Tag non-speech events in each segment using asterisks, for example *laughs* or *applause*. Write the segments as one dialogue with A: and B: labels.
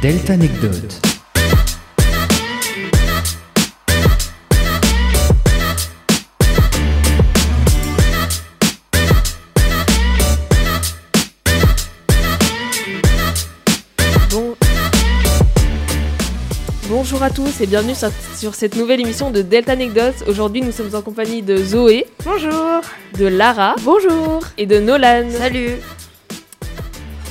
A: Delta Anecdote.
B: Bon- Bonjour à tous et bienvenue sur, sur cette nouvelle émission de Delta Anecdotes. Aujourd'hui, nous sommes en compagnie de Zoé,
C: Bonjour
B: de Lara,
C: Bonjour
B: et de Nolan,
C: Salut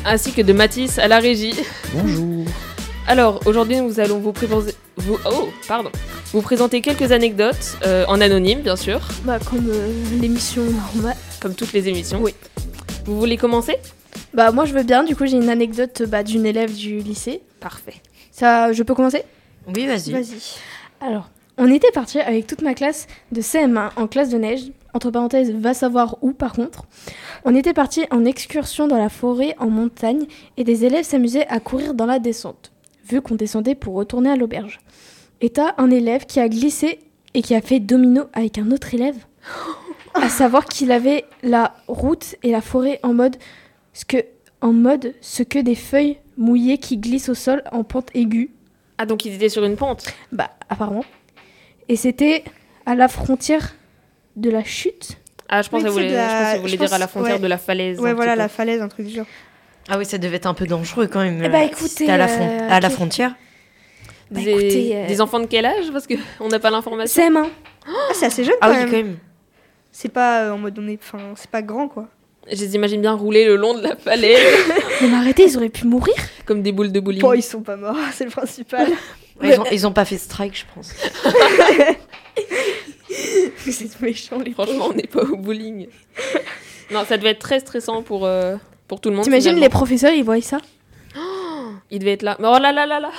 B: ainsi que de Mathis à la régie.
A: Bonjour.
B: *laughs* Alors, aujourd'hui, nous allons vous présenter, vous, oh, pardon, vous présenter quelques anecdotes euh, en anonyme, bien sûr,
C: Bah comme euh, l'émission normale.
B: comme toutes les émissions.
C: Oui.
B: Vous voulez commencer
C: Bah moi je veux bien, du coup j'ai une anecdote bah, d'une élève du lycée.
B: Parfait.
C: Ça, je peux commencer
D: Oui, vas-y.
C: Vas-y. Alors, on était parti avec toute ma classe de CM1 en classe de neige. Entre parenthèses, va savoir où par contre. On était parti en excursion dans la forêt en montagne et des élèves s'amusaient à courir dans la descente, vu qu'on descendait pour retourner à l'auberge. Et t'as un élève qui a glissé et qui a fait domino avec un
D: *gasps*
C: autre élève. à savoir qu'il avait la route et la forêt en mode ce que, en mode ce que des feuilles mouillées qui glissent au sol en pente aiguë.
B: Ah, donc ils étaient sur une pente.
C: Bah, apparemment. Et c'était à la frontière de la chute.
B: Ah, je pense
E: Oui,
B: que vous
E: c'est
B: voulez,
E: de la-
B: je pense que vous voulez
E: je
B: dire à
E: pense-
B: la frontière
E: ouais.
B: de la falaise. un
E: Ouais,
B: petit
E: voilà,
B: peu.
E: la falaise, un truc du genre.
D: Ah oui, ça devait être un peu dangereux quand même.
C: Eh bah,
D: euh,
C: écoutez,
D: c'était à la, fron-
C: euh,
D: à la
C: ok.
D: frontière.
C: Bah,
B: des,
C: écoutez, euh,
B: des enfants de quel âge *laughs* Parce qu'on n'a pas l'information.
C: CM1.
E: Ah, c'est assez jeune
D: Ah
E: quand
D: oui,
E: même.
D: quand même.
E: C'est pas euh, en mode on est. Enfin, c'est pas grand quoi.
B: Je les imagine bien rouler le long de la falaise *laughs*
C: Mais mais arrêtez, ils auraient pu mourir.
B: comme des boules de bowling.
E: Bon, ils sont pas morts, *laughs* c'est le principal.
D: Ils, ont, ils ont pas fait de strike, je pense.
E: Vous êtes méchants les
B: Franchement, on n'est pas au bowling. non, ça devait être très stressant pour, euh, pour tout le monde.
C: T'imagines les
B: finalement.
C: professeurs, ils voient ça
B: Il devait être là. Mais Oh là là là là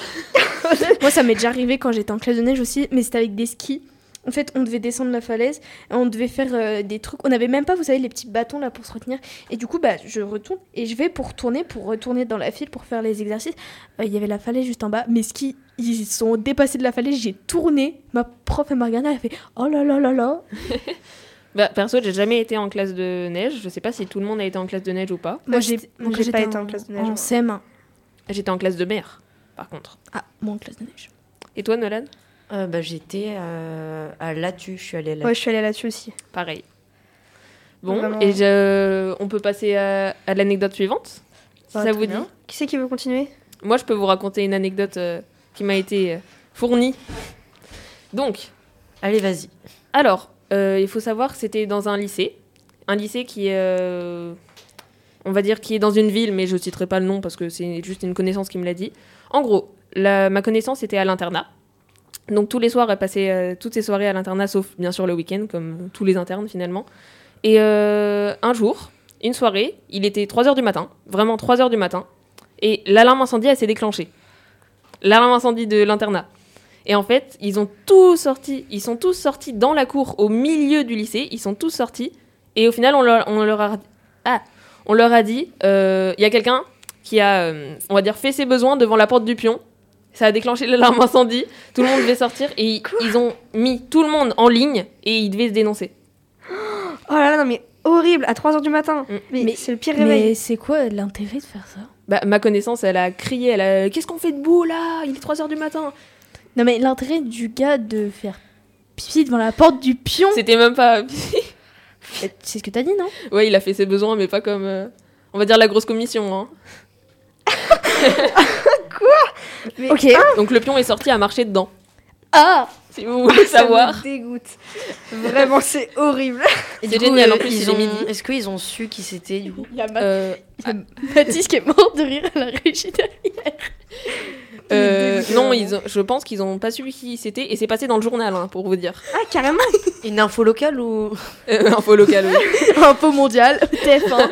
C: Moi, ça m'est déjà arrivé quand j'étais en classe de neige aussi, mais c'était avec des skis. En fait, on devait descendre la falaise, et on devait faire euh, des trucs. On n'avait même pas, vous savez, les petits bâtons là pour se retenir. Et du coup, bah, je retourne et je vais pour tourner, pour retourner dans la file pour faire les exercices. Euh, Il y avait la falaise juste en bas. Mes skis, ils sont dépassés de la falaise. J'ai tourné. Ma prof, elle m'a regardé, elle a fait Oh là là là là.
B: bah, Perso, j'ai jamais été en classe de neige. Je sais pas si tout le monde a été en classe de neige ou pas.
C: Moi,
E: Moi,
C: j'ai
E: j'étais-
C: moi,
E: j'ai
C: j'étais
E: pas été en classe de neige, hein.
C: En
E: moi.
C: CM1.
B: J'étais en classe de mer, par contre.
C: Ah, moi en classe de neige.
B: Et toi, Nolan
D: Euh, bah, J'étais euh, à Latu, je suis allée là.
E: Ouais, je suis allée là-dessus aussi.
B: Pareil. Bon,
E: Vraiment.
B: et je- on peut passer à, à l'anecdote suivante si
E: Bah,
B: ça
E: très
B: vous dit.
E: bien. Qui c'est qui veut continuer
B: Moi, je peux vous raconter une anecdote euh, qui m'a été euh, fournie. Donc,
D: Allez, vas-y.
B: alors, euh, il faut savoir que c'était dans un lycée. Un lycée qui est. euh, on va dire qui est dans une ville, mais je citerai pas le nom parce que c'est juste une connaissance qui me l'a dit. En gros, la- ma connaissance était à l'internat. Donc tous les soirs, elle passait euh, toutes ses soirées à l'internat, sauf bien sûr le week-end, comme tous les internes finalement. Et euh, un jour, une soirée, il était 3h du matin, vraiment 3h du matin, et l'alarme incendie, elle s'est déclenchée. L'alarme incendie de l'internat. Et en fait, ils ont tous sorti, ils sont tous sortis dans la cour, au milieu du lycée, ils sont tous sortis, et au final, on leur, on leur a, ah, on leur a dit, euh, il y a quelqu'un qui a, euh, on va dire, fait ses besoins devant la porte du pion, ça a déclenché l'alarme incendie, tout le monde devait sortir, et ils- ils ont mis tout le monde en ligne, et ils devaient se dénoncer.
E: Oh là là, non mais horrible, à 3h du matin.
B: Mm.
E: Mais,
C: Mais-
E: c'est le pire réveil.
C: Mais c'est quoi l'intérêt de faire ça
B: Bah, ma connaissance, elle a crié, elle a Qu'est-ce qu'on fait debout là Il est 3h du matin
C: Non mais l'intérêt du gars de faire pipi devant la porte du pion,
B: C'était même pas. *laughs*
C: Euh, c'est ce que t'as dit non
B: ouais, il a fait ses besoins, mais pas comme. euh, On va dire la grosse commission. hein.
E: Mais- ah,
C: Ok.
B: *laughs* Donc le pion est sorti à marcher dedans,
C: Ah
B: si vous voulez
E: Ça me
B: savoir.
E: dégoûte. Vraiment, c'est horrible.
D: Et
B: C'est
D: du
B: génial,
D: euh,
B: en plus, il
D: ils
B: est
D: ont...
B: midi.
D: Est-ce qu'ils ont su qui c'était du coup
C: Il y a,
B: Euh,
C: Mathis qui est mort de rire à la régie.
B: euh,
E: dégoûté,
B: non,
E: vraiment.
B: ils ont- je pense qu'ils ont pas su qui c'était, et c'est passé dans le journal, hein, pour vous dire.
E: Ah, carrément.
D: Une info locale ou.
B: Euh, info locale, oui.
C: *laughs* Un peu mondial, *laughs* TF1.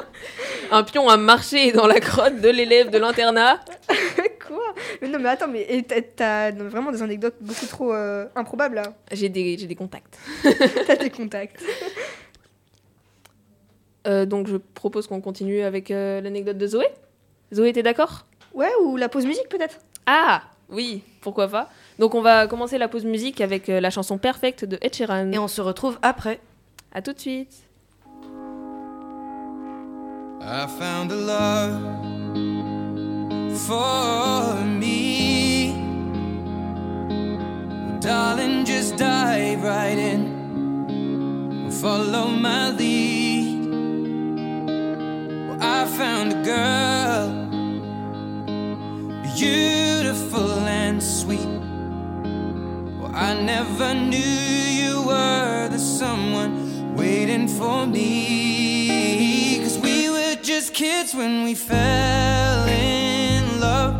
B: Un pion a marché dans la crotte de l'élève de l'internat.
E: *laughs* Quoi mais Non, mais attends, mais et t'as- t'as non, vraiment des anecdotes beaucoup trop euh, improbables là.
B: J'ai des, j'ai des contacts.
E: T'as des contacts.
B: Euh, donc je propose qu'on continue avec euh, l'anecdote de Zoé. Zoé, t'es d'accord
E: Ouais, ou la pause musique peut-être
B: Ah oui, pourquoi pas. Donc on va commencer la pause musique avec euh, la chanson Perfect de Ed Sheeran.
D: Et on se retrouve après.
B: À tout de suite.
F: I found a love for me.
A: Darling, just dive right in. Follow my lead. Well, I found a girl, beautiful and sweet. Well, I never knew you were the someone waiting for me. Cause we were just kids when we fell in love,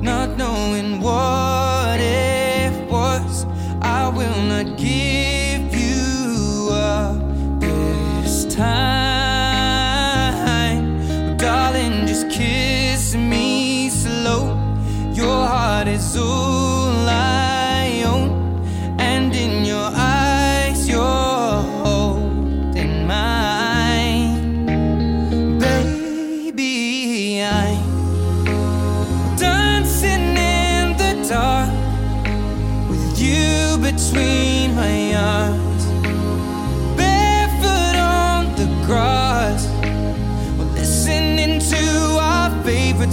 A: not knowing what it was. I will not give you up this time. Darling, just kiss me slow. Your heart is all I own, and in your eyes, you're holding mine, baby. I'm dancing in the dark with you between my arms, barefoot on the grass. We're listening to our favorite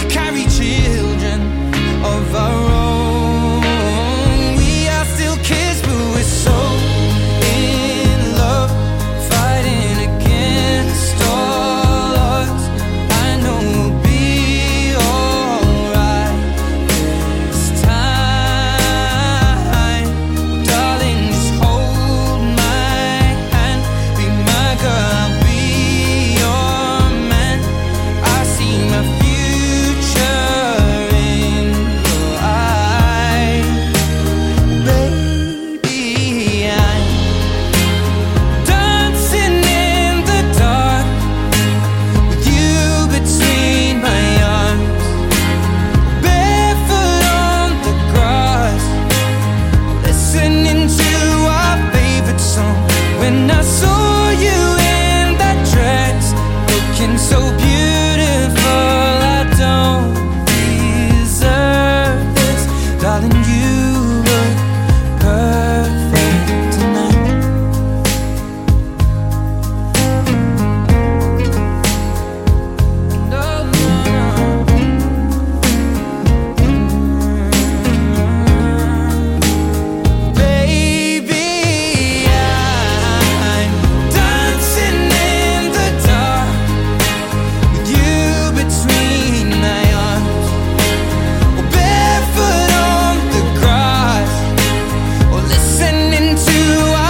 A: to carry children of our own. We are still kids, but we're so in love, fighting against all odds. I know we'll be alright this time. Darling, just hold my hand. Be my girl, I'll be your man. I see my future in your eyes. Baby, I'm dancing in the dark with you between my arms. Barefoot on the grass, listening to our favorite song. When I saw you in that dress, looking so beautiful, I don't deserve this. Darling, you look perfect tonight. No, no, no. Baby, I'm dancing in the dark with you between my arms, barefoot on the grass, listening to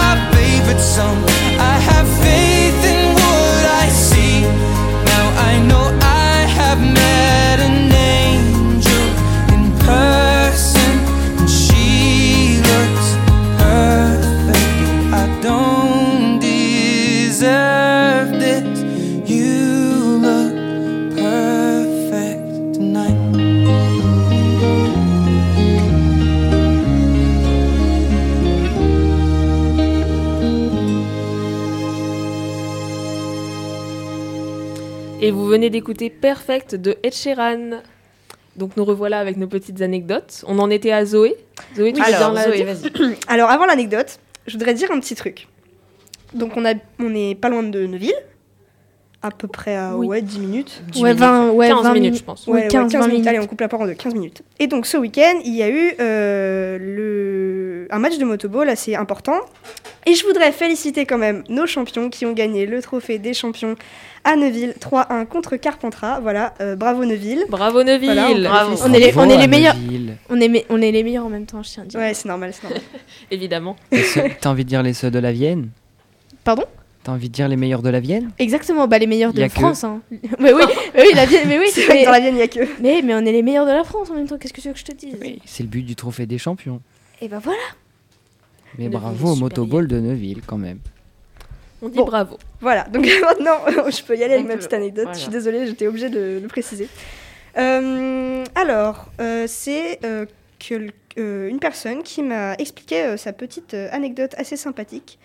A: our favorite song. I have faith in what I see. Now I know I have met an angel in person, and she looks perfect. I don't deserve this. You look perfect tonight.
B: Et vous venez d'écouter Perfect de Ed Sheeran. Donc nous revoilà avec nos petites anecdotes. On en était à Zoé. Zoé, tu veux bien
D: Ah, Alors,
B: la
D: Zoé,
B: dire
D: vas-y.
E: Alors, avant l'anecdote, je voudrais dire un petit truc. Donc, on, a, on est pas loin de Neuville, à peu près à
C: Oui.
E: ouais, 10 minutes.
C: Ouais, 20, ouais,
B: 15
C: 20
B: minutes, je pense.
C: Oui, 15, 20 minutes.
E: Allez, on coupe la parole de 15 minutes. Et donc, ce week-end, il y a eu euh, le... un match de motoball assez important. Et je voudrais féliciter quand même nos champions qui ont gagné le trophée des champions à Neuville 3-1 contre Carpentras. Voilà, euh, bravo Neuville.
B: Bravo Neuville.
E: Voilà, on peut
B: Bravo.
C: On est les- on est les
F: Bravo,
C: meilleurs.
F: Anneville.
C: On est, me- on est les meilleurs en même temps, je tiens à dire.
E: Ouais, c'est normal, c'est normal.
B: Évidemment.
F: Les sœurs- T'as envie de dire les ceux de la Vienne
C: Pardon
F: T'as envie de dire les meilleurs de la Vienne
C: Exactement, bah les meilleurs
F: Y
C: de
F: a que-
C: France. Hein. *laughs* mais oui, mais oui, la vie- mais *laughs* oui,
E: C'est vrai
C: mais,
E: que dans la Vienne, il n'y a que.
C: mais, mais on est les meilleurs de la France en même temps. Qu'est-ce que tu veux que je te dise bah,
F: C'est le but du trophée des champions.
E: Et ben voilà.
F: Mais
B: Neuville,
F: bravo au
B: super
F: motoball de Neuville quand même.
B: On dit
E: Bon.
B: bravo.
E: Voilà, donc *laughs* maintenant, je peux y aller avec
D: On
E: ma
D: peut-
C: euh,
E: petite anecdote.
D: voilà.
E: Je suis désolée, j'étais obligée de le préciser. Euh, alors, euh, c'est euh, que le- euh, une personne qui m'a expliqué euh, sa petite euh, anecdote assez sympathique.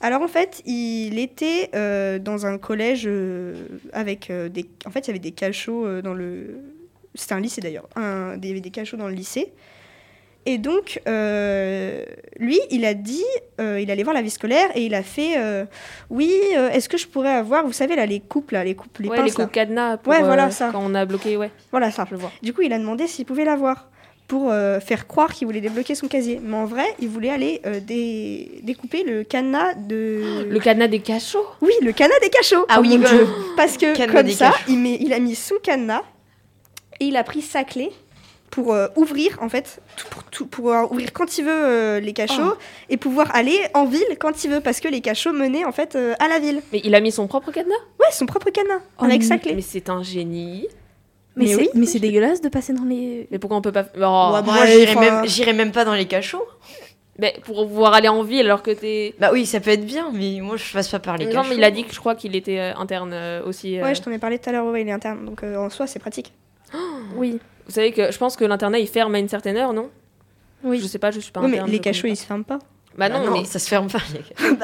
E: Alors en fait, il était euh, dans un collège euh, avec euh, des... En fait, il y avait des cachots euh, dans le... C'était un lycée d'ailleurs. Un- des- Il y avait des cachots dans le lycée. Et donc, euh, lui, il a dit, euh, il allait voir la vie scolaire et il a fait... euh, oui, euh, est-ce que je pourrais avoir, vous savez, là, les coupes, là, les coupes, les
B: ouais,
E: pinces,
B: les
E: là.
B: coups cadenas pour
E: Ouais,
B: euh,
E: voilà, ça.
B: quand on a bloqué, ouais,
E: Voilà, ça.
B: je vois.
E: Du coup, il a demandé s'il pouvait l'avoir pour euh, faire croire qu'il voulait débloquer son casier. Mais en vrai, il voulait aller euh, dé- découper le cadenas de...
D: *gasps*
B: Le cadenas des cachots
E: Oui, le cadenas des cachots Oh
D: Ah oui,
E: mon
D: bah-
E: Dieu. Parce que
D: Cadenas
E: comme
D: des
E: ça,
D: cachots.
E: il, met- il a mis son cadenas et il a pris sa clé pour euh, ouvrir, en fait, tout- pour, tout- pour, euh, ouvrir quand il veut euh, les cachots
D: Oh.
E: et pouvoir aller en ville quand il veut, parce que les cachots menaient, en fait, euh, à la ville.
B: Mais il a mis son propre cadenas
E: Ouais, son propre cadenas,
C: Oh,
E: avec sa
C: mais-
E: clé.
B: Mais c'est un génie.
C: Mais,
E: Mais
C: c'est-
E: oui.
C: mais c'est dégueulasse de passer dans les.
B: Mais pourquoi on peut pas. Oh.
D: Ouais, bah,
E: moi,
D: j'irais
E: enfin-
D: même, j'irais même pas dans les cachots.
B: Mais pour pouvoir aller en ville alors que t'es.
D: Bah oui, ça peut être bien, mais moi je passe pas par les
B: Euh, Non,
D: cachots.
B: mais il a dit que je crois qu'il était euh, interne euh, aussi. euh.
E: Ouais, je t'en ai parlé tout à l'heure, ouais, il est interne, donc euh, en soi, c'est pratique.
C: Oui.
B: Vous savez que je pense que l'internat il ferme à une certaine heure, non
C: Oui.
B: Je sais pas, je suis pas
E: Oui, mais
B: interne.
E: les
B: je connais
E: cachots, ils se ferment pas.
B: pas. Bah non,
D: Ah non,
B: mais
D: ça se ferme pas. les cachots.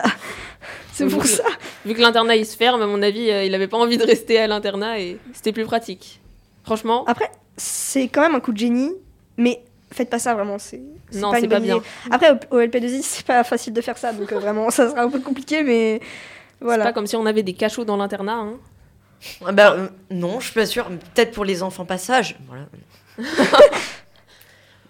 E: C'est pour
B: Oui.
E: ça.
B: vu que l'internat il se ferme, à mon avis, euh, il avait pas envie de rester à l'internat et c'était plus pratique. Franchement,
E: Après, c'est quand même un coup de génie, mais faites pas ça vraiment. C'est c'est
B: non,
E: pas
B: c'est
E: une
B: pas
E: bonne
B: bien.
E: idée. Après, au, au LP2I, c'est pas facile de faire ça, donc euh, vraiment, ça sera un peu compliqué, mais
B: C'est
E: voilà.
B: pas comme si on avait des cachots dans l'internat. hein.
D: Ah bah euh, non, je suis pas sûre. Peut-être pour les enfants passage. Voilà.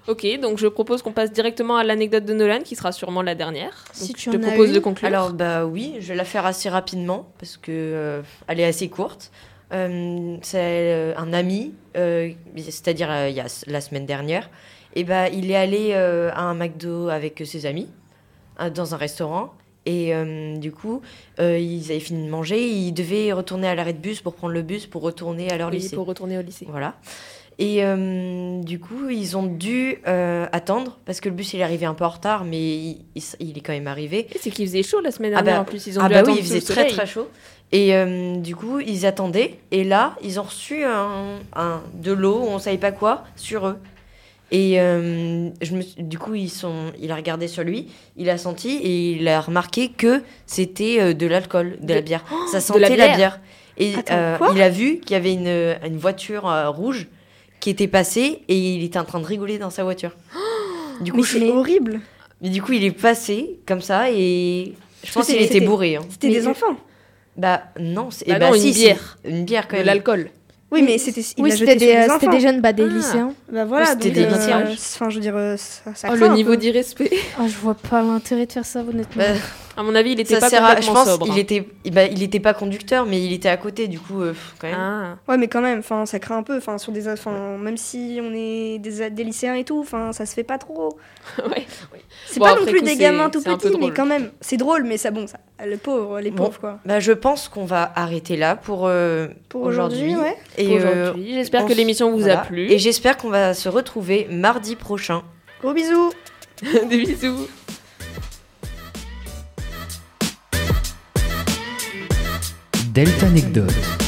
B: Ok, donc je propose qu'on passe directement à l'anecdote de Nolan, qui sera sûrement la dernière.
C: Si
B: Donc,
C: tu
B: je te
C: en as
B: propose de
C: une,
B: conclure.
D: Alors bah oui, je vais la faire assez rapidement parce que euh, elle est assez courte. Euh, c'est euh, un ami, euh, c'est-à-dire euh, il y a s- la semaine dernière, et bah il est allé euh, à un McDo avec euh, ses amis euh, dans un restaurant. Et euh, du coup, euh, ils avaient fini de manger, ils devaient retourner à l'arrêt de bus pour prendre le bus pour retourner à leur
B: Oui,
D: lycée.
B: pour retourner au lycée.
D: Voilà. Et euh, du coup, ils ont dû euh, attendre parce que le bus il est arrivé un peu en retard, mais il, il s- il est quand même arrivé.
B: Et C'est qu'il faisait chaud la semaine
D: Ah
B: dernière
D: bah-
B: en plus. Ils ont
D: ah
B: dû
D: bah oui,
B: attendre
D: il faisait
B: sous le
D: très
B: soleil.
D: très chaud. Et euh, du coup, ils attendaient. Et là, ils ont reçu un, un- de l'eau, on savait pas quoi, sur eux. Et euh, je me, suis- du coup, ils sont, il a regardé sur lui, il a senti et il a remarqué que c'était euh, de l'alcool, de,
B: De-
D: la bière. Ça
B: de
D: sentait
B: la
D: la bière.
B: bière.
D: Et
E: Attends,
D: euh,
E: quoi
D: il a vu qu'il y avait une, une voiture euh, rouge qui était passée et il était en train de rigoler dans sa voiture. Du coup,
E: Mais
D: je-
E: c'est horrible.
D: mais du coup, il est passé comme ça et je pense qu'il
E: c'était-
D: était bourré. hein.
E: C'était
C: Mais-
E: des enfants.
D: Bah non, c'est
B: Bah
D: bah,
B: non,
D: si,
B: une
D: si.
B: bière.
D: Une bière quand
B: De
D: même.
B: l'alcool.
E: Oui, mais c'était il
C: Oui,
E: l'a
C: c'était
E: jeté
C: des, euh,
E: sur des
C: c'était
E: enfants.
C: des jeunes, bah, des
B: Ah.
C: lycéens.
E: Bah voilà,
D: Oui, c'était
E: donc,
D: des lycéens.
E: euh, Enfin, je veux dire, euh, ça, ça
B: Oh, le
E: craint un
B: niveau
E: peu.
B: d'irrespect.
C: Ah, je vois pas l'intérêt de faire ça, honnêtement.
D: Bah,
B: À mon avis, il était
D: ça
B: pas
D: sert à- je
B: complètement
D: pense
B: sobre. hein.
D: il était bah, il était pas conducteur mais il était à côté du coup euh, pff, quand même.
B: Ah.
E: Ouais, mais quand même, enfin, ça craint un peu. Enfin, sur des, enfin, même si on est des, des lycéens et tout, enfin, ça se fait pas trop.
B: *laughs* Ouais.
E: C'est
B: Bon,
E: pas non
B: après
E: plus
B: coup,
E: des
B: c'est-
E: gamins tout
B: c'est un peu
E: petits, mais
B: drôle.
E: quand même, c'est drôle, mais ça, bon, ça, le pauvre, les
D: Bon.
E: pauvres, quoi.
D: Bah je pense qu'on va arrêter là pour euh,
E: Pour aujourd'hui, ouais.
D: et
B: Pour
D: euh,
B: aujourd'hui, j'espère
D: on
B: que
D: s-
B: l'émission vous
D: voilà.
B: a plu. *laughs*
D: et j'espère qu'on va se retrouver mardi prochain.
E: Gros bisous.
B: Des bisous.
F: Delta anecdote.